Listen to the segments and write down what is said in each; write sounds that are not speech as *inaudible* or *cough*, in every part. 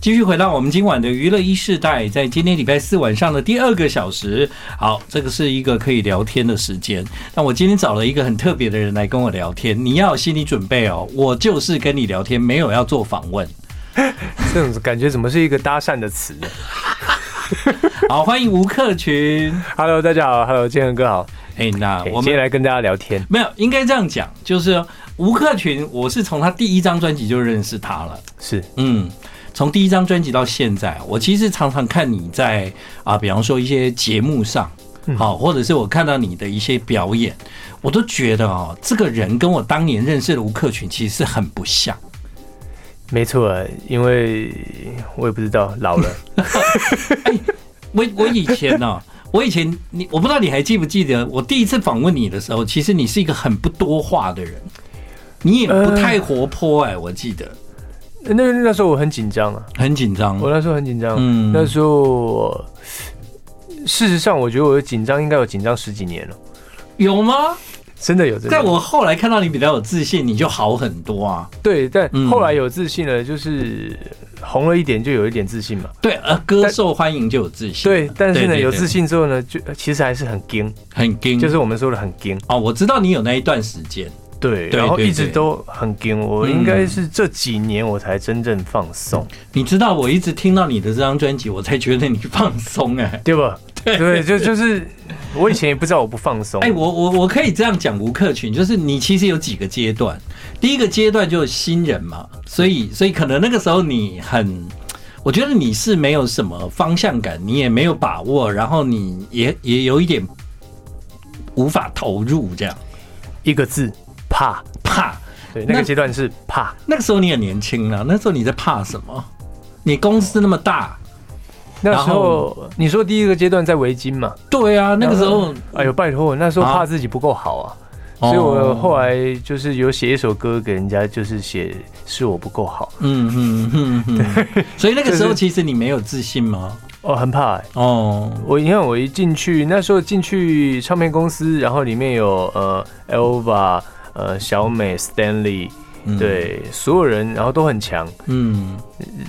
继续回到我们今晚的娱乐一世代，在今天礼拜四晚上的第二个小时，好，这个是一个可以聊天的时间。那我今天找了一个很特别的人来跟我聊天，你要有心理准备哦，我就是跟你聊天，没有要做访问。这种感觉怎么是一个搭讪的词好，欢迎吴克群。 ？Hello，大家好，Hello，建恒哥好，哎、那我我今们天来跟大家聊天。没有，应该这样讲，就是吴克群，我是从他第一张专辑就认识他了。是嗯，从第一张专辑到现在，我其实常常看你在啊，比方说一些节目上，嗯好，或者是我看到你的一些表演，我都觉得哦，这个人跟我当年认识的吴克群其实是很不像。没错，因为我也不知道老 *laughs* 了，我我以前呢、我以前你我不知道你还记不记得，我第一次访问你的时候，其实你是一个很不多话的人，你也不太活泼哎、我记得那那时候我很紧张啊，很紧张。我那时候很紧张，啊嗯那时候我事实上我觉得我的紧张应该有紧张十几年了，有吗？真的有这在种。我后来看到你比较有自信，你就好很多啊。对，但嗯后来有自信了，就是红了一点就有一点自信嘛。对，呃，歌受欢迎就有自信。对，嗯但是呢，有自信信之后呢，就其实还是很惊，很惊，就就是是我们说的很惊。哦，我知道你有那一段时间，对，对然后对一直对都很跟我嗯应该是这几年我才真正放松，你知道我一直听到你的这张专辑，我才觉得你放松哎、对吧？对，就就是我以前也不知道我不放松哎、，我我我可以这样讲吴克群，就是你其实有几个阶段，第一个阶段就是新人嘛，所以所以可能那个时候你很，我觉得你是没有什么方向感，你也没有把握，然后你也也有一点无法投入这样，一个字怕，怕。对，那那个阶段是怕，那个时候你很年轻啊，那时候你在怕什么？你公司那么大，那然时候你说第一个阶段在围巾嘛，对啊，那个时候哎呦拜托，那时候啊怕自己不够好啊。哦所以我后来就是有写一首歌给人家，就是写是我不够好，嗯嗯嗯 *laughs* 嗯，所以那个时候其实你没有自信吗？哦，很怕、欸。哦，我你看我一进去，那时候进去唱片公司，然后里面有呃 Elva、呃小美、Stanley，嗯，对，所有人然后都很强，嗯，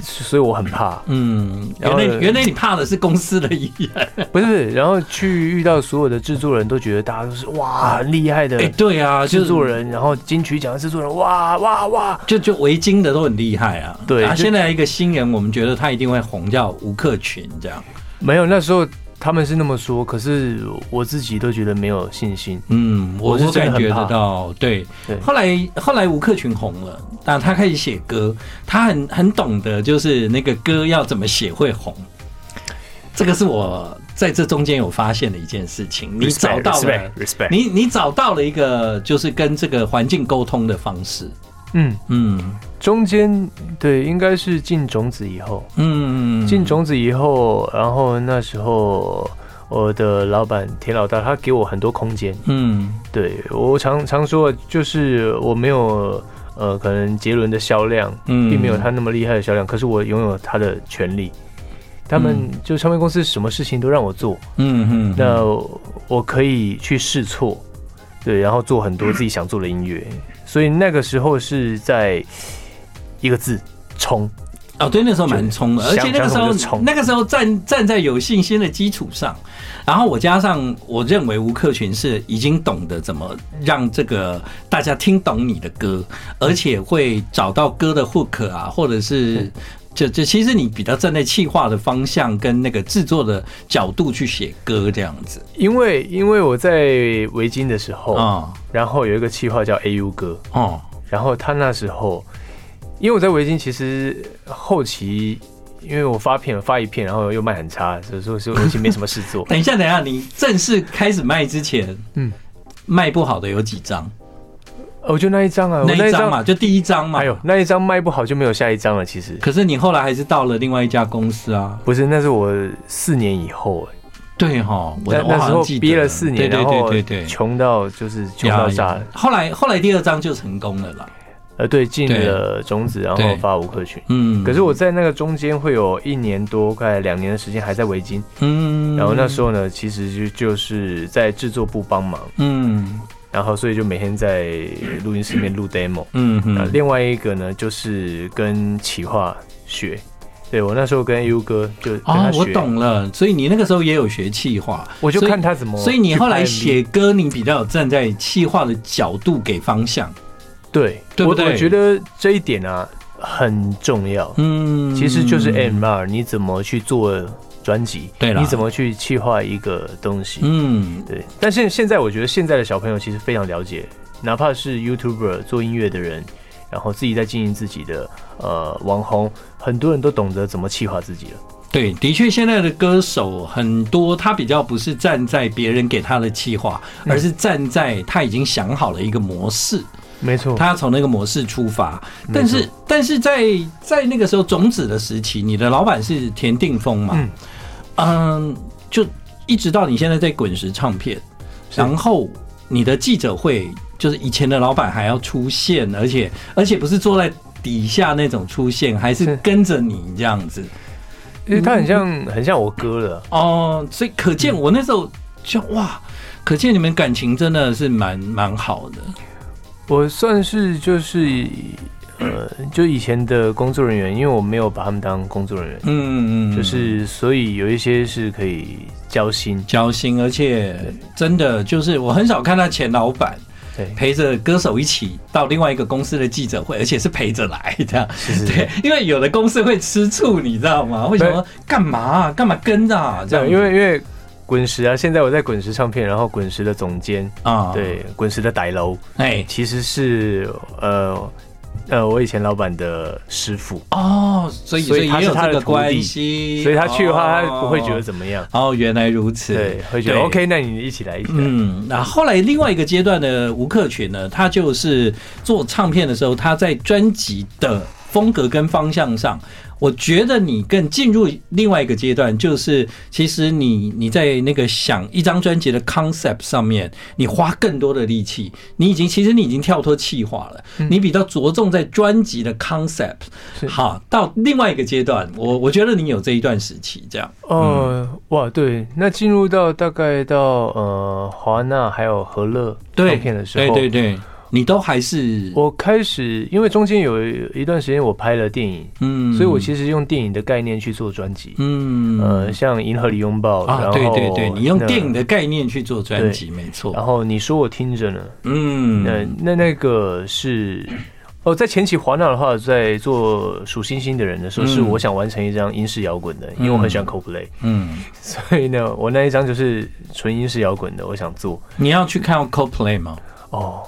所以我很怕 *laughs* 嗯，然原后来原来你怕的是公司的艺人，不是不是。然后去遇到所有的制作人都觉得大家都是哇很厉害的哎，对啊，就制是作人，然后金曲奖的制作人，哇哇哇，就就围巾的都很厉害啊，对啊，就现在一个新人，我们觉得他一定会红，叫吴克群这样，没有那时候他们是那么说，可是我自己都觉得没有信心。嗯，我我是我真的感很觉得怕到，对。对后来后来吴克群红了，那他开始写歌，他很很懂得就是那个歌要怎么写会红，这个是我在这中间有发现的一件事情。你找到了， respect，你你找到了一个就是跟这个环境沟通的方式。嗯，嗯中间对应该是进种子以后，嗯，进种子以后，然后那时候呃我的老板田老大他给我很多空间，嗯对我常常说就是我没有呃可能杰伦的销量，嗯并没有他那么厉害的销量，可是我拥有他的权利。他们就唱片公司什么事情都让我做，嗯嗯，那我可以去试错，对，然后做很多自己想做的音乐。所以那个时候是在一个字冲，哦，对，那时候蛮冲的，而就且那个时想想什么就候冲那个时候站站在有信心的基础上，然后我加上我认为吴克群是已经懂得怎么让这个大家听懂你的歌，而且会找到歌的 hook 啊，或者嗯是。就就其实你比较站在气化的方向跟那个制作的角度去写歌这样子因为因为我在维京的时候，啊然后有一个企划叫 AU 哥，哦。然后他那时候，因为我在维京其实后期。因为我发片发一片，然后又卖很差，所以说所以我已经没什么事做 *laughs* 等一下等一下，你正式开始卖之前，嗯，卖不好的有几张？我就那一张啊，我那一张嘛，就第一张嘛。哎呦，那一张卖不好就没有下一张了。其实可是你后来还是到了另外一家公司啊，不是，那是我四年以后、哎对哈，我那我那好像时候记得憋了四年，对然对后对对对，穷到就是穷到呀炸呀。后来后来第二张就成功了啦，呃，对，进对了种子，然对后发吴克群。嗯，可是我在那个中间会有一年多，快两年的时间还在围巾。嗯，然后那时候呢，其实就就是在制作部帮忙，嗯然后所以就每天在录音室里面录 demo。嗯那嗯另外一个呢，就是跟企划学，对我那时候跟 U 哥就跟哦他，学，我懂了，所以你那个时候也有学气化，我就所以看他怎么所以你后来去拍 MV 写歌，你比较有站在气化的角度给方向。对，对不我对我觉得这一点啊很重要，嗯，其实就是 M R，你怎么去做专辑？对啦你怎么去企划一个东西？嗯，对，但是现在我觉得现在的小朋友其实非常了解，哪怕是 YouTuber 做音乐的人，然后自己在经营自己的呃网红，很多人都懂得怎么企划自己了。对，的确，现在的歌手很多，他比较不是站在别人给他的计划，嗯而是站在他已经想好了一个模式，没错他要从那个模式出发。嗯没错但是，但是在在那个时候种子的时期，你的老板是田定峰嘛？嗯就一直到你现在在滚石唱片，是然后你的记者会就是以前的老板还要出现，而且而且不是坐在底下那种出现，还是是跟着你这样子。因为他很像、很像我哥了，哦，所以可见我那时候就哇，可见你们感情真的是蛮蛮好的。我算是就是呃，就以前的工作人员，因为我没有把他们当工作人员，嗯嗯，就是所以有一些是可以交心。交心，而且真的就是我很少看到前老板对，陪着歌手一起到另外一个公司的记者会，而且是陪着来的。是是对是。，因为有的公司会吃醋，你知道吗？会想说干嘛啊干嘛跟着啊这这样样，子？因为因为滚石啊，现在我在滚石唱片，然后滚石的总监，啊，，对，滚石的歹楼哎其实是呃呃我以前老板的师傅，哦，所以所以他也是有他这的个徒弟关系，所以他去的话，哦他不会觉得怎么样，哦，原来如此，对，会觉得 OK，那你一起来一起来，嗯，那后来另外一个阶段的吴克群呢，他就是做唱片的时候，他在专辑的风格跟方向上，我觉得你更进入另外一个阶段，就是其实你你在那个想一张专辑的 concept 上面，你花更多的力气，你已经其实你已经跳脱气化了，你比较着重在专辑的 concept。嗯是好，到另外一个阶段，我我觉得你有这一段时期这样。哦哇，对，那进入到大概到呃华纳还有和乐对唱片的时候，对对对，你都还是我开始，因为中间有一段时间我拍了电影，嗯所以我其实用电影的概念去做专辑，嗯呃，像《银河里拥抱》然啊，后对对对，你用那电影，的概念去做专辑，没错然。后你说我听着呢，那嗯，那那个是。哦，在前期华纳的话，在做数星星的人的时候，嗯是我想完成一张英式摇滚的，因为我很喜 *laughs* 欢 Coldplay，、嗯，所以呢，我那一张就是纯英式摇滚的，我想做。你要去看 CoPlay 吗？哦，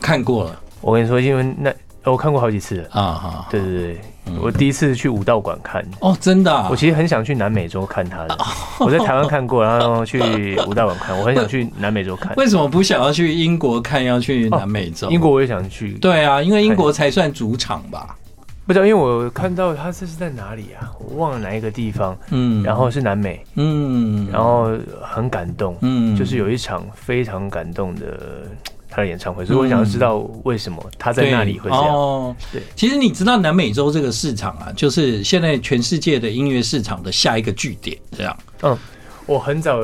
看过了我跟你说，因为那哦我看过好几次了，啊哈。对对对，我第一次去武道馆看，哦，真嗯的啊哦我，其实很想去南美洲看他的，我在台湾看过，然后去武道馆看，我很想去南美洲看。为什么不想要去英国看？要去南美洲？哦英国我也想去，对啊，因为英国才算主场吧。不知道，因为我看到他这是在哪里啊？我忘了哪一个地方，嗯，然后是南美，嗯，然后很感动，嗯，就是有一场非常感动的他的演唱会，所以我想要知道为什么他在那里会嗯这对样。哦，对其实你知道南美洲这个市场啊，就是现在全世界的音乐市场的下一个据点，这样我很早，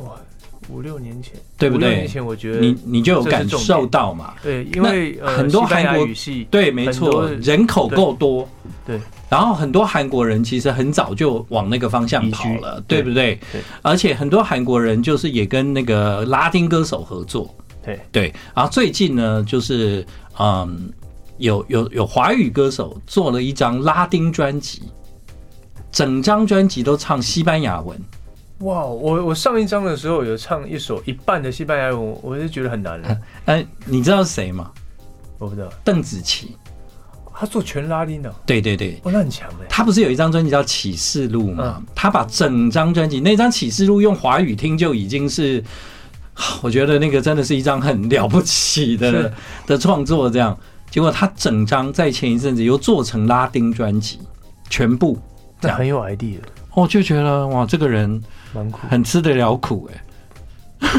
哇，五六年前，对不五对六年前我觉你得，你就有这是感重点受到嘛。对，因为那呃很多西班牙韩国语系，对，没很错多，人口够多，对，然后很多韩国人其实很早就往那个方向跑了，移居对不对？对而且很多韩国人就是也跟那个拉丁歌手合作，对对。然后最近呢，就是嗯，有有有华语歌手做了一张拉丁专辑，整张专辑都唱西班牙文，哇，我我上一张的时候有唱一首一半的西班牙文，我我就觉得很难了，嗯，你知道谁吗？我不知道，邓紫棋，他做全拉丁的，对对对，哇，那很强哎，他不是有一张专辑叫《启示录》吗？他把整张专辑那张《启示录》用华语听就已经是， *sighs* 我觉得那个真的是一张很了不起的是的创作。这样，结果他整张在前一阵子又做成拉丁专辑，全部，那很有 idea，我、就觉得哇，这个人蛮酷。很吃得了苦哎、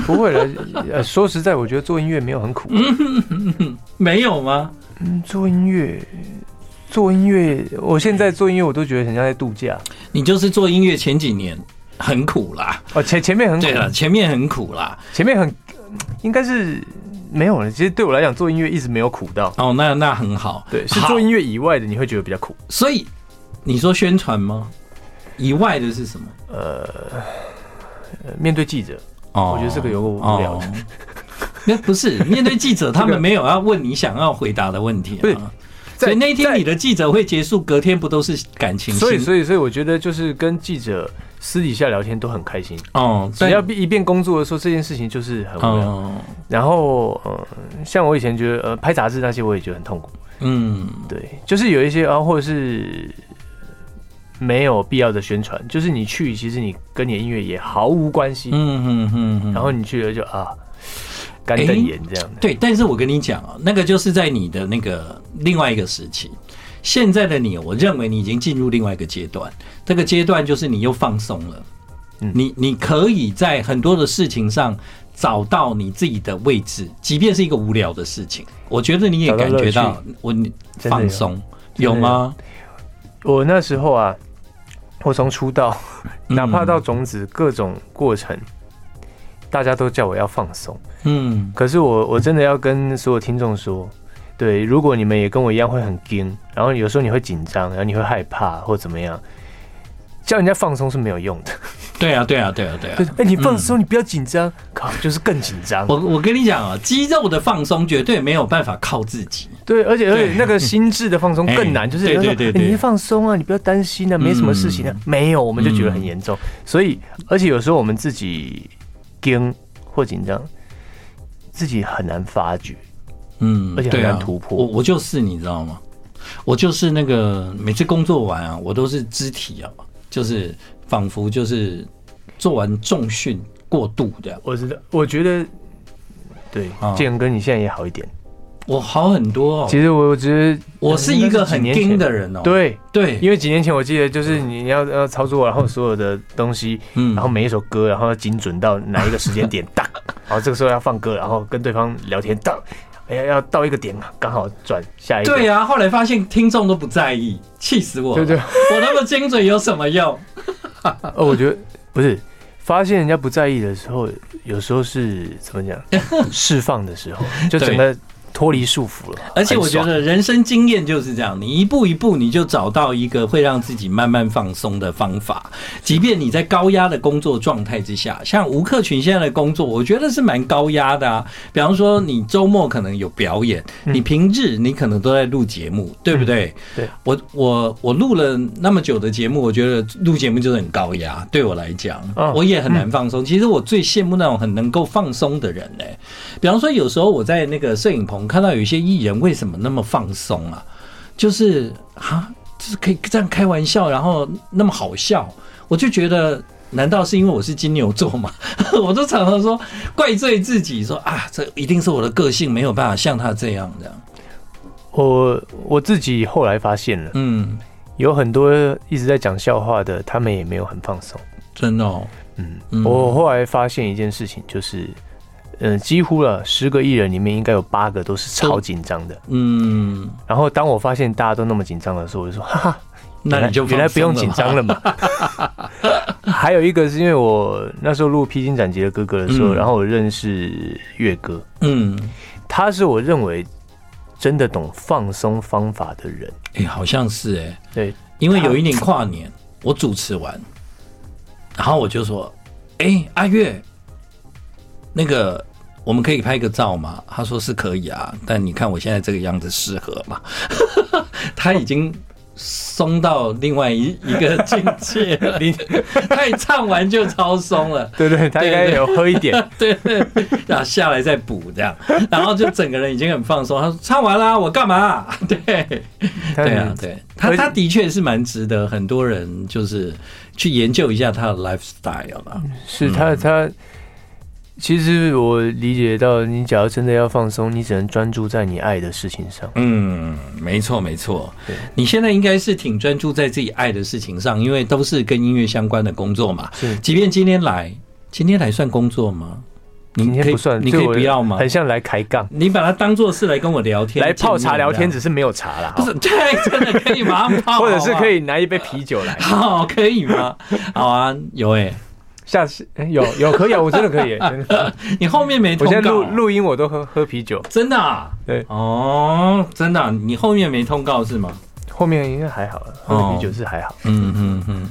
不会了，呃，说实在，我觉得做音乐没有 *laughs* 很苦。没有吗？嗯，做音乐，做音乐，我现在做音乐，我都觉得很像在度假。你就是做音乐前几年很苦啦，哦，前前面很苦对，啊了，前面很苦啦。前面很，应该是没有了。其实对我来讲，做音乐一直没有苦到。哦，那那很好，对，是好做音乐以外的，你会觉得比较苦。所以你说宣传吗？以外的是什么？呃面对记者，哦我觉得这个有个无聊的哦 *laughs* 那不是面对记者，他们没有要问你想要回答的问题、啊。不是所以那一天在你的记者会结束，隔天不都是感情戏？所以，所以，所以，我觉得就是跟记者私底下聊天都很开心。哦，只对要一变工作的时候，这件事情就是很无聊。哦，然后，呃，像我以前觉得，呃，拍杂志那些我也觉得很痛苦。嗯，对，就是有一些啊，或者是没有必要的宣传，就是你去，其实你跟你的音乐也毫无关系。嗯嗯嗯嗯，然后你去了就啊，干瞪眼这样的。对，但是我跟你讲哦，那个就是在你的那个另外一个时期。现在的你，我认为你已经进入另外一个阶段。这个阶段就是你又放松了，嗯你你可以在很多的事情上找到你自己的位置，即便是一个无聊的事情，我觉得你也找到感乐觉到我你真的放有松，真的有吗？我那时候啊，我从出道，哪怕到种子各种过程，大家都叫我要放松。嗯可是我我真的要跟所有听众说，对，如果你们也跟我一样会很惊，然后有时候你会紧张，然后你会害怕或怎么样，叫人家放松是没有用的。对啊，对啊，对啊，对啊嗯就。是哎、你放松，你不要紧张，靠，就是更紧张。我我跟你讲啊，肌肉的放松绝对没有办法靠自己。对，而且而且对那个心智的放松更难，哎就是对人家说对对哎对嗯你先放松啊，你不要担心啊，没什么事情啊，没有，我们就觉得很严重。所以，而且有时候我们自己惊或紧张，自己很难发觉。嗯，而且很对啊难突破我我就是你知道吗？我就是那个每次工作完啊，我都是肢体啊，就是仿佛就是做完重训过度这样。我知道，我觉得，对啊，建哥你现在也好一点。我好很多哦，其实我我觉得我是一个应该是几很年前盯的人哦。对，对，因为几年前我记得就是你要要操作，然后所有的东西，嗯然后每一首歌，然后要精准到哪一个时间点，当，然后这个时候要放歌，然后跟对方聊天，当，哎呀要到一个点刚好转下一个，对啊，后来发现听众都不在意，气死我对了！对，我那么精准有什么用？哦，啊我觉得不是。发现人家不在意的时候，有时候是 *laughs* 怎么讲？释放的时候，就整个脱离束缚了。而且我觉很爽得人生经验就是这样，你一步一步你就找到一个会让自己慢慢放松的方法。即便你在高压的工作状态之下，像吴克群现在的工作，我觉得是蛮高压的啊。比方说，你周末可能有表演，嗯你平日你可能都在录节目，对不对？对我我我录了那么久的节目，我觉得录节目就是很高压，对我来讲，嗯我也很难放松。其实我最羡慕那种很能够放松的人嘞、比方说，有时候我在那个摄影棚看到有一些艺人为什么那么放松啊？就是啊，就是可以这样开玩笑，然后那么好笑，我就觉得。难道是因为我是金牛座吗？ *laughs* 我都常常说怪罪自己说啊，这一定是我的个性没有办法像他这样这样。我我自己后来发现了，嗯，有很多一直在讲笑话的，他们也没有很放松。真的、哦，嗯，嗯我后来发现一件事情，就是，嗯、几乎了十个艺人里面，应该有八个都是超紧张的。嗯，然后当我发现大家都那么紧张的时候，我就说，哈 *laughs* 哈，原那来你就原来不用紧张了了嘛。 *laughs* 还有一个是因为我那时候录《披荆斩棘的哥哥》的时候，嗯然后我认识岳哥，吧。嗯，他是我认为真的懂放松方法的人。哎、好像是哎、对，因为有一年跨年，我主持完，然后我就说：“哎、阿月，那个我们可以拍个照吗？”他说：“是可以啊，但你看我现在这个样子适合吗？” *laughs* 他已经松到另外一一个境界了， *laughs* 你他一唱完就超松了。 *laughs* 对对，他应该有喝一点。对，然后下来再补这样，然后就整个人已经很放松。他说唱完啦，我干嘛、 *laughs* 对，但对啊，对他而且他的确是蛮值得很多人就是去研究一下他的 lifestyle 啦。是他他，其实我理解到，你假如真的要放松，你只能专注在你爱的事情上。嗯，没错没错对。你现在应该是挺专注在自己爱的事情上，因为都是跟音乐相关的工作嘛。是即便今天来，今天来算工作吗？你今天可以不算，你这可以我不要吗很？像来开杠，你把它当做是来跟我聊天，来泡见茶面聊这样天，只是没啊有茶啦，啊不是，对，真的可以马上泡，或者是好不好啊可以拿一杯啤酒来。好，可以吗？好啊，有哎、 *laughs* 下次哎有有可以啊，我真的可 *laughs* 以，真的你后面没我通现在告录啊，录音我都喝喝啤酒，真的、啊？对哦，真的啊、你后面没通告是吗？后面应该还好了，后面啤酒是还好。嗯嗯嗯，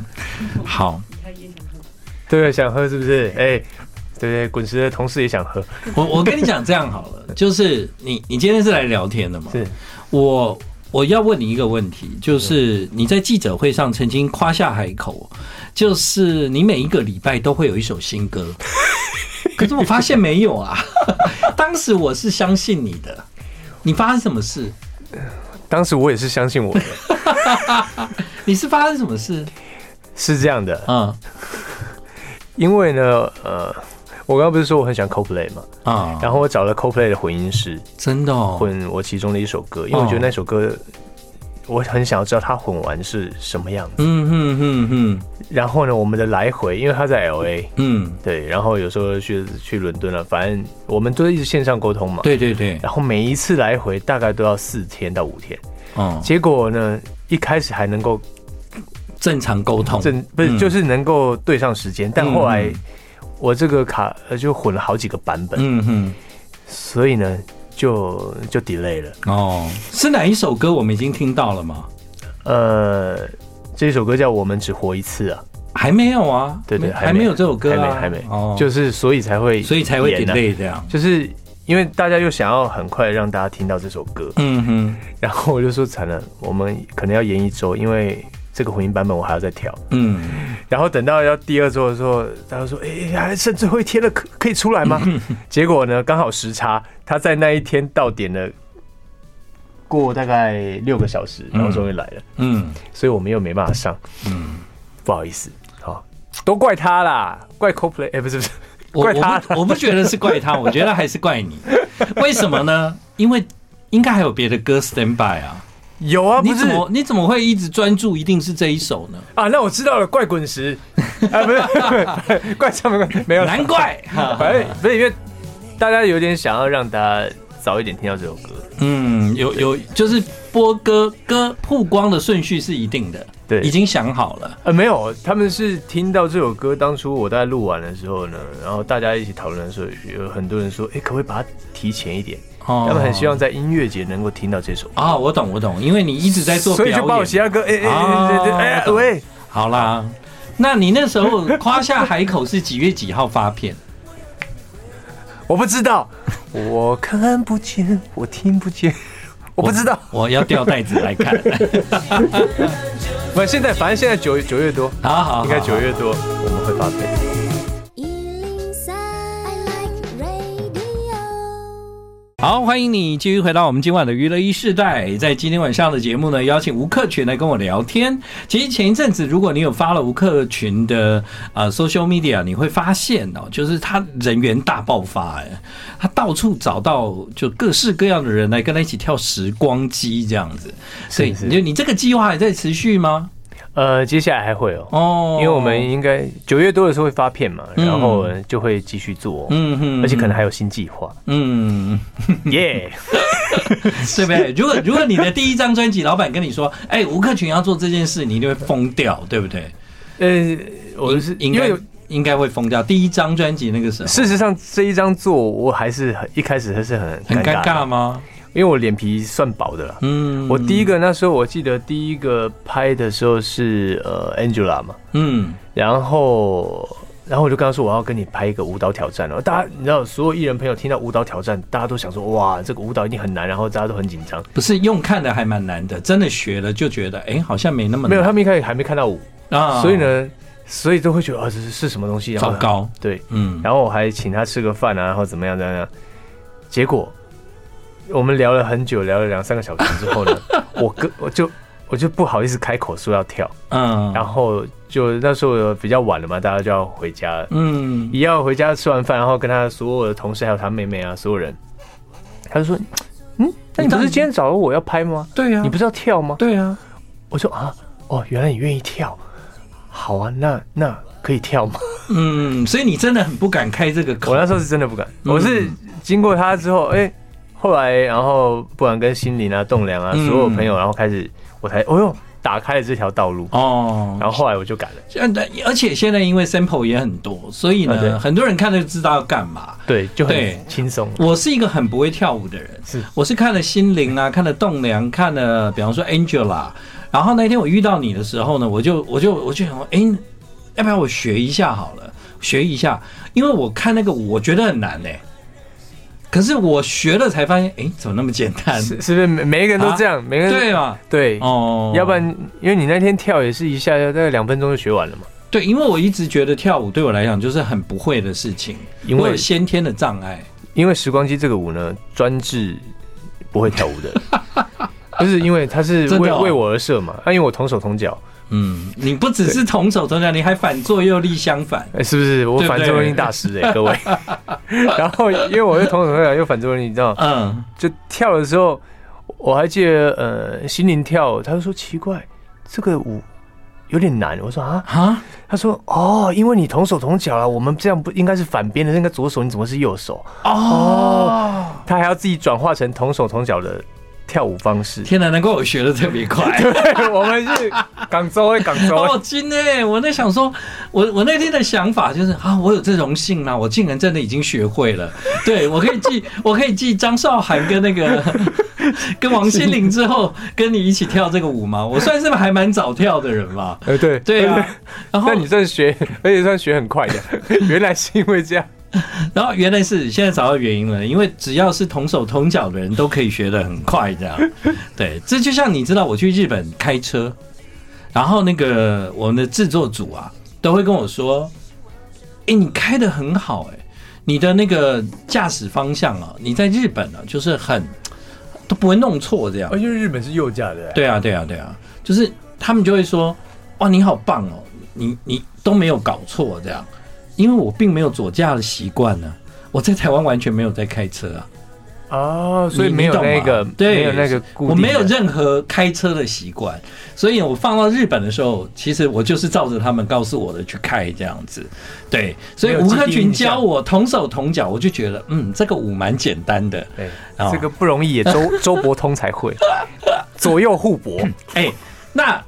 好，对，想喝是不是？哎、对对，滚石的同事也想喝，我我跟你讲这样好 *laughs* 了，就是你你今天是来聊天的嘛？是我我要问你一个问题，就是你在记者会上曾经夸下海口，就是你每一个礼拜都会有一首新歌， *laughs* 可是我发现没有啊。 *laughs* 当时我是相信你的，你发生什么事？当时我也是相信 *laughs* 我的，你是发生什么事？是这样的，啊因为呢，呃，我刚刚不是说我很喜欢 CoPlay 嘛，啊，然后我找了 CoPlay 的混音师真的哦，混我其中的一首歌，因为我觉得那首歌。我很想要知道他混完是什么样子。嗯哼哼哼，然后呢，我们的来回，因为他在 L A，嗯，对，然后有时候去去伦敦了，反正我们都一直线上沟通嘛。对对对，然后每一次来回大概都要四天到五天。哦，结果呢，一开始还能够正常沟通，正不是嗯就是能够对上时间，但后来嗯我这个卡呃就混了好几个版本，嗯哼，所以呢就就 delay 了。哦，是哪一首歌？我们已经听到了吗？呃，这首歌叫《我们只活一次》啊，还没有啊，对对没还没还没有这首歌还没啊，还没，哦，就就是所以才会所以才会延啊 delay 这样，就是因为大家又想要很快让大家听到这首歌， *laughs* 嗯哼，然后我就说惨了，我们可能要延一周，因为这个混音版本我还要再调。嗯，然后等到要第二周的时候，他就说：“哎、还剩最后一天了，可可以出来吗？” *laughs* 结果呢，刚好时差，他在那一天到点了，过大概六个小时，然后终于来了，嗯所以我们又没办法上，嗯，不好意思，好、都怪他啦，怪 CoPlay，哎、不是不是，我怪我他 *laughs* 不我不觉得是怪他，我觉得还是怪你，为什么呢？因为应该还有别的歌 stand by 啊，有啊，你不是怎么你怎么会一直专注一定是这一首呢？啊，那我知道了，怪滚石， *laughs* 啊，不是， *laughs* 怪上面怪没有啦，难 *laughs* 怪，反正不是因为大家有点想要让大家早一点听到这首歌，嗯，有有就是播歌歌曝光的顺序是一定的，对已经想好了，呃，没有，他们是听到这首歌，当初我在录完的时候呢，然后大家一起讨论的时候，有很多人说，哎、可不可以把它提前一点？哦他们很希望在音乐节能够听到这首歌，啊，我懂我懂，因为你一直在做所表以演，就把我其他歌，哎哎哎对对，哎呀哦懂喂，好啦，那你那时 *laughs* 候夸下海口是几月几号发片？我不知道，我看不见，我听不见，我不知道，我要吊带子来 *laughs* 看。反正现在反正现在九九月多，好好好，应该九月多我们会发片。 Ealing Sound. I like radio. 好，欢迎你继续回到我们今晚的娱乐一世代。在今天晚上的节目呢，邀请吴克群来跟我聊天。其实前一阵子，如果你有发了吴克群的呃 social media，你会发现哦，就是他人缘大爆发，哎，他到处找到就各式各样的人来跟他一起跳时光机这样子。所以是是你就你这个计划还在持续吗？呃，接下来还会哦。哦，因为我们应该九月多的时候会发片嘛，嗯然后就会继续做，哦嗯哼而且可能还有新计划，嗯，耶！对不对？如果如果你的第一张专辑老板跟你说，哎、吴克群要做这件事，你一定会疯掉，对不对？ *laughs* 呃，我是应因该为应该会疯掉。第一张专辑那个时候事实上这一张做，我还是很一开始还是很很尴尴尬尬的，吗？因为我脸皮算薄的啦。嗯，我第一个那时候我记得第一个拍的时候是呃 Angela 嘛，嗯然后然后我就跟他说我要跟你拍一个舞蹈挑战了。大家你知道，所有艺人朋友听到舞蹈挑战，大家都想说哇这个舞蹈一定很难，然后大家都很紧张。不是用看的还蛮难的，真的学了就觉得哎、好像没那么没有，难他们一开始还没看到舞，啊所以，呢，所以都会觉得啊这是是什么东西，然后糟糕，哦对，嗯然后我还请他吃个饭啊，然后怎么样怎么样。结果我们聊了很久，聊了两三个小时之 *laughs* 后呢，我哥我就我就不好意思开口说要跳，嗯，然后就那时候比较晚了嘛，大家就要回家了。嗯一要回家吃完饭，然后跟他所有的同事还有他妹妹啊，所有人，他就说：“嗯，那你不是今天找了我要拍吗？对啊，你不是要跳吗对啊，？”我说：“啊，哦，原来你愿意跳，好啊，那那可以跳吗？”嗯，所以你真的很不敢开这个口 *laughs* 我那时候是真的不敢，嗯我是经过他之后，哎、后来然后不管跟心灵啊、栋梁啊，嗯所有朋友，然后开始我才，哦呦，打开了这条道路。哦，然后后来我就改了，现在而且现在因为 sample 也很多，所以啊对呢，很多人看了就知道要干嘛。对，就对很轻松。我是一个很不会跳舞的人，是我是看了心灵啊，看了栋梁，看了比方说 Angela，然后那天我遇到你的时候呢，我就我就我就想说，哎、要不然我学一下好了，学一下，因为我看那个舞我觉得很难呢、可是我学了才发现，哎、怎么那么简单？是是不是每每一个人都这样？每个人对嘛？啊对，哦， *laughs* 要不然因为你那天跳也是一下大概两分钟就学完了嘛。对，因为我一直觉得跳舞对我来讲就是很不会的事情，因我为有先天的障碍。因为时光机这个舞呢，专治不会跳舞 *laughs* 的，不是因为它是真为、的哦为我而设嘛？啊，因为我同手同脚，嗯，你不只是同手同脚，你还反作用力相反。哎、是不是？我对不对反作用力大 *laughs* 师哎、各位。然后因为我又同手同脚又反作用力，你知道，嗯，就跳的时候，我还记得呃，心灵跳，他就说奇怪，这个舞有点难。我说啊，啊，他说哦，因为你同手同脚啊，我们这样不应该是反边的，应该左手，你怎么是右手？哦，他还要自己转化成同手同脚的跳舞方式。天哪，难怪我学的特别快。 *laughs* 对，我们是港州会港 *laughs* 州哦，今天我在想说，我我那天的想法就是啊，我有这荣幸吗？我竟然真的已经学会 *laughs* 了，对我可以记，我可以记张韶涵跟那 *laughs* 个跟王心凌之后跟你一起跳这个舞吗？我算是还蛮早跳的人吧。呃，对对啊，然后那你算学，而且算学很快 *laughs* 的，原来是因为这样。然后原来是现在找到原因了，因为只要是同手同脚的人都可以学得很快，这样。对，这就像你知道，我去日本开车，然后那个我们的制作组啊，都会跟我说：“哎，你开得很好、诶，哎，你的那个驾驶方向啊，你在日本啊，就是很都不会弄错这样。”哦因为日本是右驾的，对啊，对啊，对啊，就是他们就会说，哇，你好棒哦，你你都没有搞错这样，因为我并没有左驾的习惯呢、我在台湾完全没有在开车啊，哦，所以你没有你懂吗那个，对，没有那个固定我的，没有任何开车的习惯，所以我放到日本的时候，其实我就是照着他们告诉我的去开这样子，对，所以没有吴克既定群印象教我同手同脚，我就觉得，嗯，这个舞蛮简单的，对哦这个不容易，*laughs* 也周周伯通才会，左右互搏，哎、那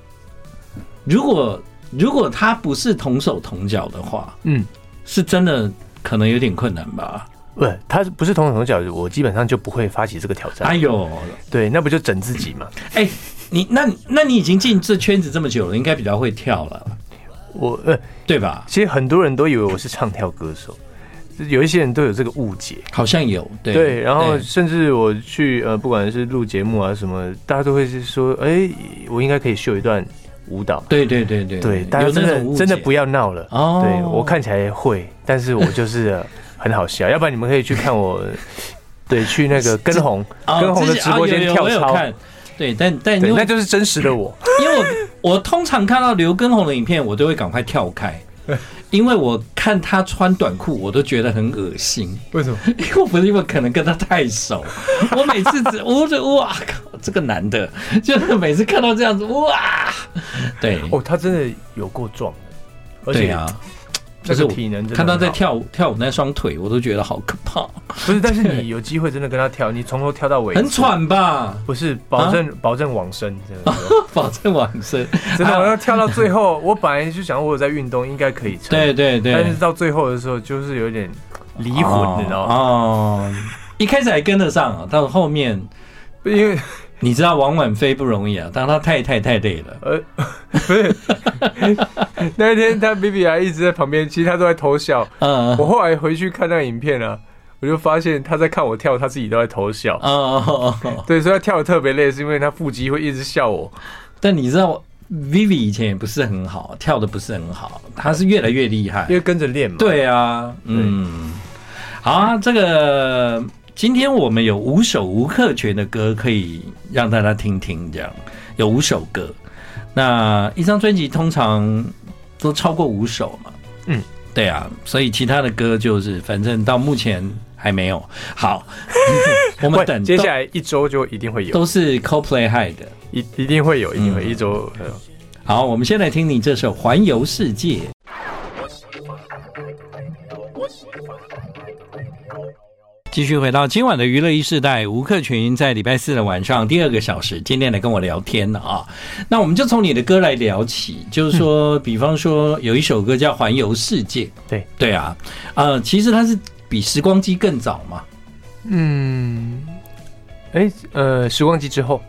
如果如果他不是同手同脚的话，嗯，是真的可能有点困难吧？不，他不是同手同脚，我基本上就不会发起这个挑哎战。呦，对，那不就整自己嘛？哎、你那那你已经进这圈子这么久了，应该比较会跳了，我呃，对吧？其实很多人都以为我是唱跳歌手，有一些人都有这个误解。好像有，对对，然后甚至我去呃，不管是录节目啊什么，大家都会是说，哎、我应该可以秀一段舞蹈。对对对对对，大家有真那种误解的真的不要闹了。哦对我看起来会，但是我就是呃很好笑，要不然你们可以去看我，对，去那个跟红哦跟红的之直前播哦间有有跳我有操，看对，但但对，因为那就是真实的我。因为我我通常看到刘畊宏的影片，我都会赶快跳开，因为我看他穿短裤，我都觉得很恶心。为什么？因为我不是因为可能跟他太熟， *laughs* 我每次只我就哇靠，这个男的，就是每次看到这样子哇，对，哦，他真的有够壮的，而对且啊，这就是个我体能真的看他很在好跳舞跳舞那双腿，我都觉得好可怕，不是，但是你有机会真的跟他跳，你从头跳到尾，很，喘啊吧？ *laughs* 不是保证保证往生，真的。保证啊往生，真的，我要跳到最后，我本来就想我有在运动，应该可以撑。对，对对，但是到最后的时候，就是有点离魂，你知道哦，吗？哦一开始还跟得上啊，到后面因为你知道王婉霏不容易啊，当她太太太累了。呃，不是那一天，他 B B 还一直在旁边，其实他都在偷笑。嗯我后来回去看那个影片啊，我就发现他在看我跳，他自己都在偷笑。啊哦，对，所以他跳的特别累，是因为他腹肌会一直笑我。但你知道，Vivi 以前也不是很好，跳的不是很好，她是越来越厉害因。为跟着练嘛。，对啊，嗯，好啊，这个今天我们有五首吴克群的歌可以让大家听听，这样有五首歌。那一张专辑通常都超过五首嘛，嗯，对啊，所以其他的歌就是反正到目前还没有。 *laughs* 好，我们等会接下来来一周就一定会有，都是 CoPlay 害的。一一定会有，一定会嗯一周。呃好，我们先来听你这首《环游世界》。继续回到今晚的娱乐一世代，吴克群在礼拜四的晚上第二个小时，今天来跟我聊天了啊。那我们就从你的歌来聊起，就是说，比方说有一首歌叫《环游世界》，对对啊，呃，其实它是比时光机更早嘛，嗯，哎、呃，时光机之后，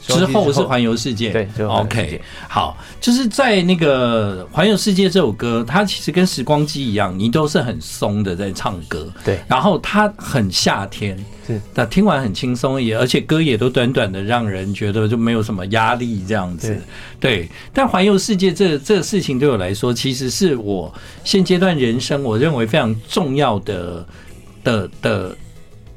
时光之机后是环游世界，对之后环游世界 OK，好，就是在那个《环游世界》这首歌，它其实跟时光机一样，你都是很松的在唱歌，对然后它很夏天，是，那听完很轻松，也而且歌也都短短的，让人觉得就没有什么压力这样子，对。但环游世界这这个事情对我来说，其实是我现阶段人生我认为非常重要的的的，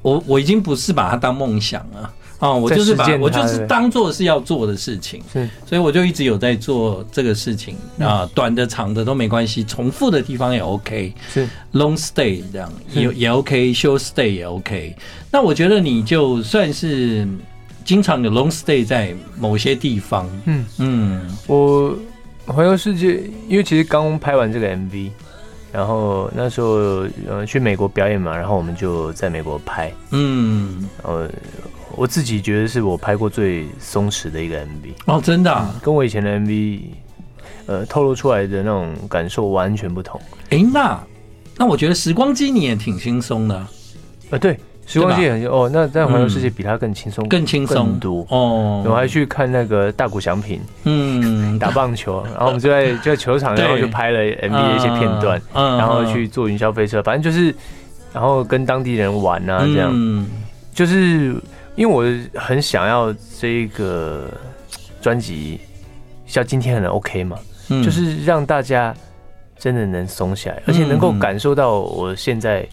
我我已经不是把它当梦想了。啊、我就是把在实践它我就是对当做是要做的事情，是所以我就一直有在做这个事情啊、嗯短的长的都没关系，重复的地方也 OK。是 long stay 这样也也 OK，short stay 也 OK。那我觉得你就算是经常有 long stay 在某些地方，嗯嗯，我环游世界，因为其实刚拍完这个 MV，然后那时候呃去美国表演嘛，然后我们就在美国拍，嗯，然后我自己觉得是我拍过最松弛的一个 MV，哦，真的、啊，跟我以前的 MV，呃，透露出来的那种感受完全不同。哎、那那我觉得时光机你也挺轻松的啊，呃，对，时光机也很哦，那在环游世界比它更轻松，更轻松更多。我哦，还去看那个大谷翔平嗯，打 *laughs* 棒球，然后我们就在就在球场，对然后就拍了 MV 啊的一些片段，嗯，嗯然后去坐云霄飞车，反正就是，然后跟当地人玩啊，这样，嗯就是因为我很想要这个专辑像今天很 OK 嘛，嗯就是让大家真的能松下来，而且能够感受到我现在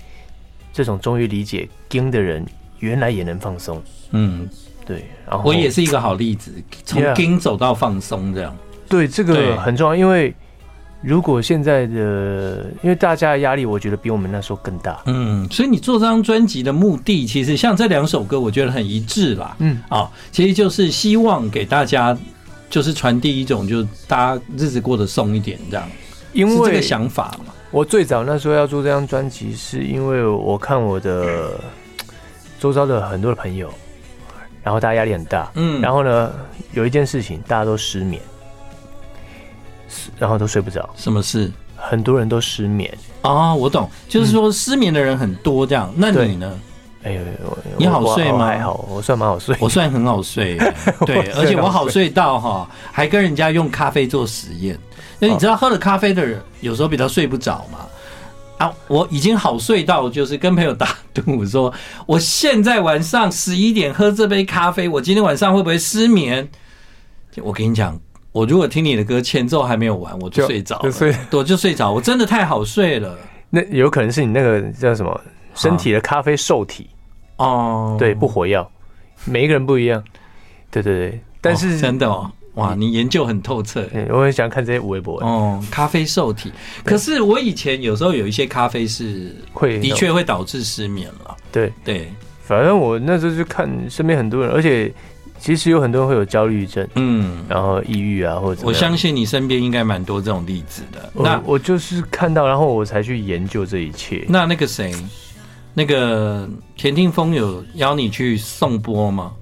这种终于理解盯的人，原来也能放松。嗯，对，然后我也是一个好例子，从 Yeah 盯走到放松这样，对这对个很重要，因为如果现在的，呃因为大家的压力，我觉得比我们那时候更大。嗯，所以你做这张专辑的目的，其实像这两首歌，我觉得很一致啦。嗯，啊、其实就是希望给大家，就是传递一种，就是大家日子过得松一点，这样因是这为个想法嘛。我最早那时候要做这张专辑，是因为我看我的周遭的很多的朋友，然后大家压力很大，嗯，然后后呢，有一件事情大家都失眠，然后都睡不着，什么事很多人都失眠。啊、我懂，就是说失眠的人很多这样。那你呢？哎呦，我你好我睡吗我还好，我算蛮好睡。我算很好 *laughs* 睡，对，而且我好睡到哈，还跟人家用咖啡做实验。那哦你知道喝了咖啡的人有时候比较睡不着嘛？啊，我已经好睡到，就是跟朋友打赌说，我现在晚上十一点喝这杯咖啡，我今天晚上会不会失眠？我跟你讲，我如果听你的歌，前奏还没有完，我就就睡着了就睡，我就睡着，我真的太好睡了。那有可能是你那个叫什么身体的咖啡受体，哦，对，不活药，每一个人不一样。对对对，但是、哦真的哦，哇，你研究很透彻。对，我很想看这些微博，哦，咖啡受体。可是我以前有时候有一些咖啡是会的确会导致失眠了。对。对，反正我那时候就看身边很多人，而且其实有很多人会有焦虑症，嗯，然后抑郁啊，或者怎么我样相信你身边应该蛮多这种例子的。那我我就是看到，然后我才去研究这一切。那那个谁，那个田定峰有邀你去颂钵吗？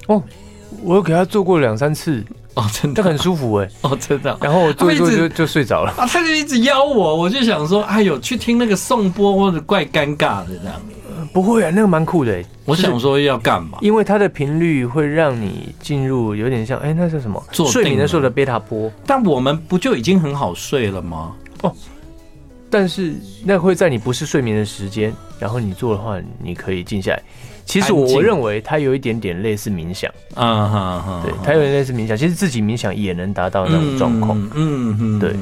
我有给他做过两三次，哦，真但的，很舒服哎、哦，真 *laughs* 的。然后我做一做他们就一就睡着了。 *laughs* 啊，他就一直邀我，我就想说，哎呦，去听那个颂钵，或者怪尴尬的这样。不会啊，那个蛮酷的、欸，我想说要干嘛？因为它的频率会让你进入有点像，哎、那叫什么？坐定睡眠了的时候的贝塔波，但我们不就已经很好睡了吗？但是那会在你不是睡眠的时间，然后你做的话，你可以静下来。其实我安静我认为它有一点点类似冥想，啊哈哈，对，它有点类似冥想。其实自己冥想也能达到那种状况，嗯嗯嗯对，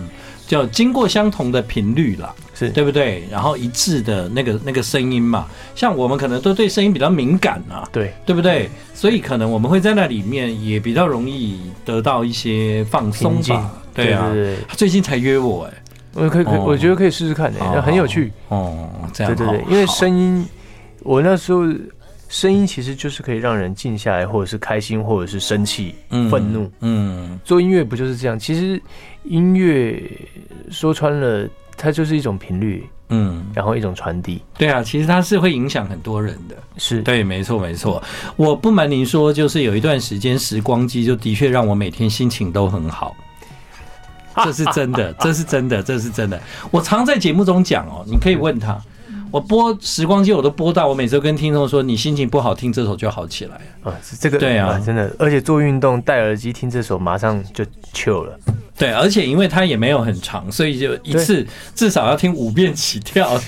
就经过相同的频率啦，是对不对？然后一致的那个那个声音嘛，像我们可能都对声音比较敏感啊，对，对不对？所以可能我们会在那里面也比较容易得到一些放松平静吧，对啊。对对对，他最近才约我哎、我可以，可以哦我觉得可以试试看的、好那很有趣。哦，这样对对对好，因为好声音，我那时候声音其实就是可以让人静下来，或者是开心，或者是生气、嗯愤怒。嗯做音乐不就是这样？其实音乐说穿了，它就是一种频率，嗯嗯，然后一种传递。对啊，其实它是会影响很多人的。是，对，没错没错。我不瞒您说，就是有一段时间，时光机就的确让我每天心情都很 *laughs* 好。这是真的，这是真的，这是真的。我常在节目中讲哦，你可以问他。我播时光机，我都播到，我每周跟听众说，你心情不好听这首就好起来了。啊，是这个对啊真的，而且做运动戴耳机听这首，马上就 chill *laughs* 了。对，而且因为它也没有很长，所以就一次至少要听五遍起 *laughs* 跳。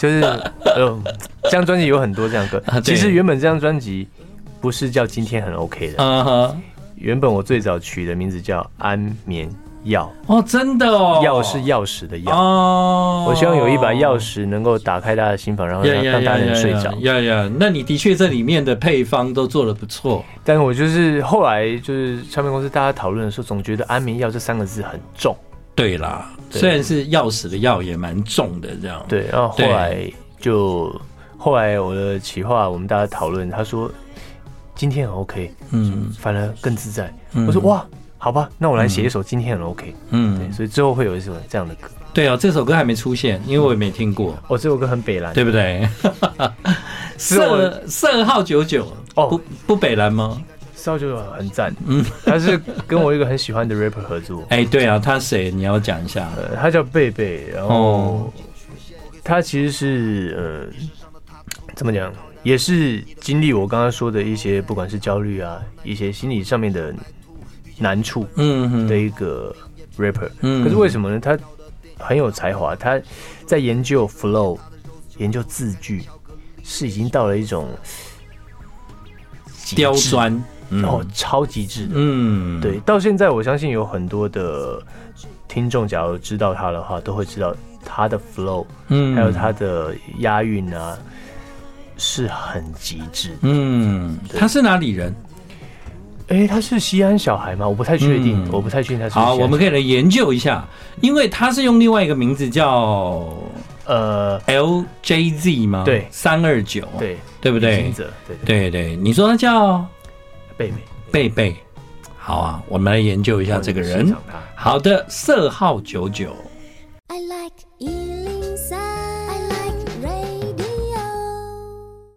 就是呃，这张专辑有很多这样的啊歌。对其实原本这张专辑不是叫《今天很 OK》的，嗯哼，原本我最早取的名字叫《安眠药哦，真的哦》，，药是钥匙的药。哦，我希望有一把钥匙能够打开大家的心房，然后呀让呀让呀大家呀能睡呀着。呀呀！那你的确这里面的配方都做的不错，但我就是后来就是唱片公司大家讨论的时候，总觉得“安眠药”这三个字很重，对啦，对虽然是钥匙的药也蛮重的这样，对。然后后对来就后来我的企划，我们大家讨论，他说今天很 OK，嗯反而更自在。嗯我说哇，好吧，那我来写一首今天很 OK。对，嗯，所以之后会有一首这样的歌。对哦，这首歌还没出现，因为我也没听过，哦，这首歌很北蓝，对不对？ *laughs* 是我色色号九九哦不不北蓝吗？烧酒很赞。嗯，他是跟我一个很喜欢的 rapper 合 *laughs* 作，哎，对啊，他谁？你要讲一下。呃，他叫贝贝，然后哦他其实是呃，怎么讲，也是经历我刚刚说的一些，不管是焦虑啊，一些心理上面的难处嗯哼的，一个 rapper。嗯可是为什么呢？他很有才华，他在研究 flow，研究字句，是已经到了一种极致刁，钻，嗯然后超极致的。嗯，对，到现在我相信有很多的听众，假如知道他的话，都会知道他的 flow，嗯，还有他的押韵啊，是很极致。嗯，他是哪里人？哎、他是西安小孩吗？我不太确定，嗯我不太确定他是不是西安好，我们可以来研究一下，因为他是用另外一个名字叫呃， LJZ 吗？对三二九，对，哦对不旅对行？者，对对对对，你说他叫贝贝，贝贝，好啊，我们来研究一下这个我很欣人赏。他。好的，色号九九， I like Ealing Sound. I like radio.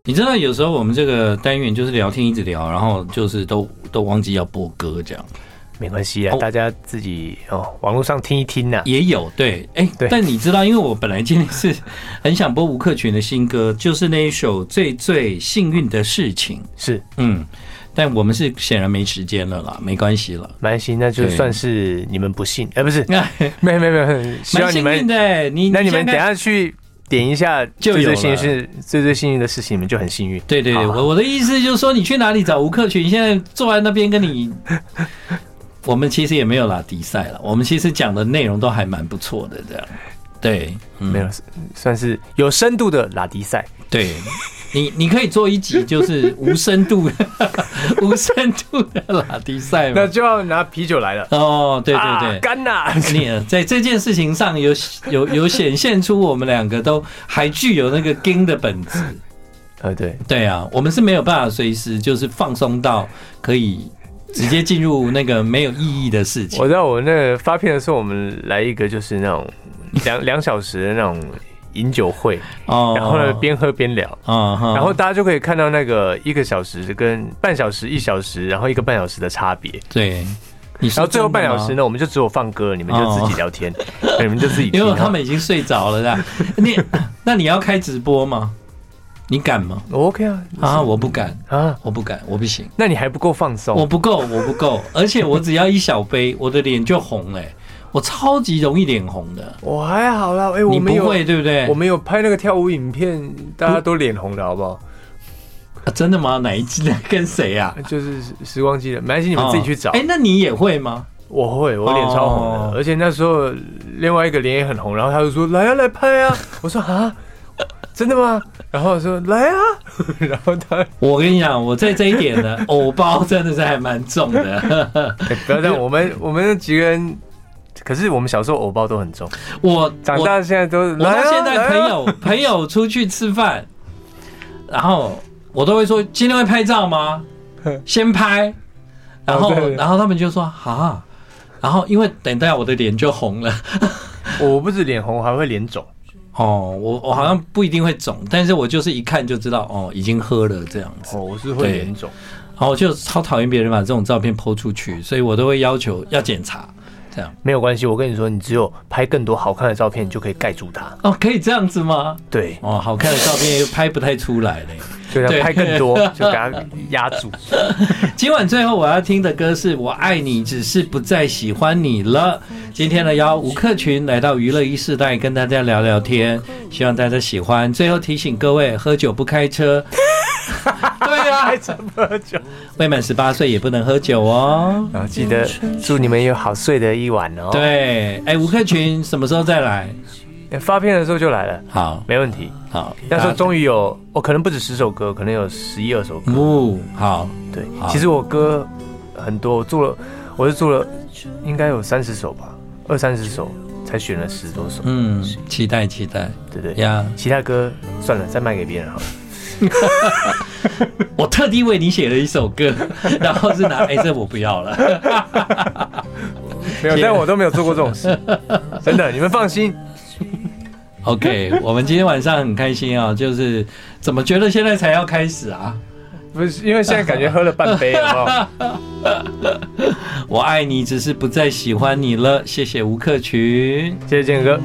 你知道有时候我们这个单元就是聊天一直聊，然后就是都都忘记要播歌这样，没关系啊，哦大家自己哦，网络上听一听呐、也有对，哎、对但你知道，因为我本来今天是很想播吴克群的新歌，就是那一首《最最幸运的事情》。是，嗯，但我们是显然没时间了啦，没关系了。没关系，那就对算是你们不信，哎、不是，哎，没有没有没有，希蛮望你幸运们，的、你那你现们在等一下去点一下就有最最了幸运是最最幸运的事情，你们就很幸运。对对对，好好我我的意思就是说，你去哪里找吴克群？现在坐在那边跟 *laughs* 你，我们其实也没有啦，比赛了。我们其实讲的内容都还蛮不错的，这样。对，嗯没有，算是有深度的拉迪赛，对。你你可以做一集就是无深度 *laughs* 的无深度的拉迪赛那嘛？就要拿啤酒来了。哦，对对啊对，干呐！你在这件事情上有有有显现出我们两个都还具有那个硬的本质。 *laughs* 呃，对，对啊，我们是没有办法随时就是放松到可以直接进入那个没有意义的事情我。知道我那个发片的时候，我们来一个就是那种两两小时的那种饮酒会，哦然后呢边喝边聊。啊哈然后大家就可以看到那个一个小时跟半小时、一小时，然后一个半小时的差别。对，你说然后最真后的半小吗哦时呢，我们就只有放歌，你们就自己聊天，你们就自己听因啊。为他们已经睡着了 *laughs* 啦。你那你要开直播吗？你敢吗？我 OK 啊啊，我不敢，啊，我不敢，我不行，那你还不够放松。我不够，我不够，而且我只要一小 *laughs* 杯，我的脸就红了欸、我超级容易脸红的。我还好啦，哎、我你们不有，会对不对？我们有拍那个跳舞影片，大家都脸红的好不好？啊真的吗？哪一季 *laughs* 跟谁啊？就是时光机的，没关系，你们自己去找。哎、那你也会吗？我会，我脸超红的，哦而且那时候另外一个脸也很红，然后他就说来啊来拍啊，我说啊，真的吗？然后我说来啊， *laughs* 然后他、我跟你讲，我在这一点 *laughs* 呢，偶包真的是还蛮重的。 *laughs* 哎 *laughs* 不要这样，我们我们那几个人，可是我们小时候偶包都很重，我长我大现在都我来到啊现在朋来啊友、 *laughs* 朋友出去吃饭，然后我都会说今天会拍照 *laughs* 吗？先拍，然后、哦对然后他们就说啊，然后因为等一下我的脸就红了。 *laughs* 我不止脸红，还会脸肿。哦，我我好像不一定会肿，但是我就是一看就知道哦，已经喝了这样子。哦，我是会脸肿，然后我就超讨厌别人把这种照片剖出去，所以我都会要求要检查。这样没有关系。我跟你说，你只有拍更多好看的照片，你就可以盖住它。哦，可以这样子吗？对，哦，好看的照片又拍不太出来嘞。就要对拍更多，就给它压 *laughs* 住。今晚最后我要听的歌是《我爱你，只是不再喜欢你了》。今天呢，邀吴克群来到娱乐一世代跟大家聊聊天，希望大家喜欢。最后提醒各位，喝酒不开车。对呀、还这么久，未满十八岁也不能喝酒哦。然后记得祝你们有好睡的一晚哦。，对，哎，吴克群什么时候再来？发片的时候就来了，好，没问题。好，那时候终于有，我可能不止十首歌，可能有十一二首歌。哦，好，对好，其实我歌很多，我做了，我是做了应该有三十首吧，二三十首才选了十多首，嗯，期待期待对不对？呀！其他歌算了，再卖给别人好了。我特地为你写了一首歌，然后是拿，哎，这我不要了。 *laughs* 没有，但我都没有做过这种 *laughs* 事，真的，你们放心。 OK，我们今天晚上很开心啊、就是怎么觉得现在才要开始啊？不是，因为现在感觉喝了半杯，好不好？我爱你，只是不再喜欢你了。谢谢吴克群。谢谢建哥。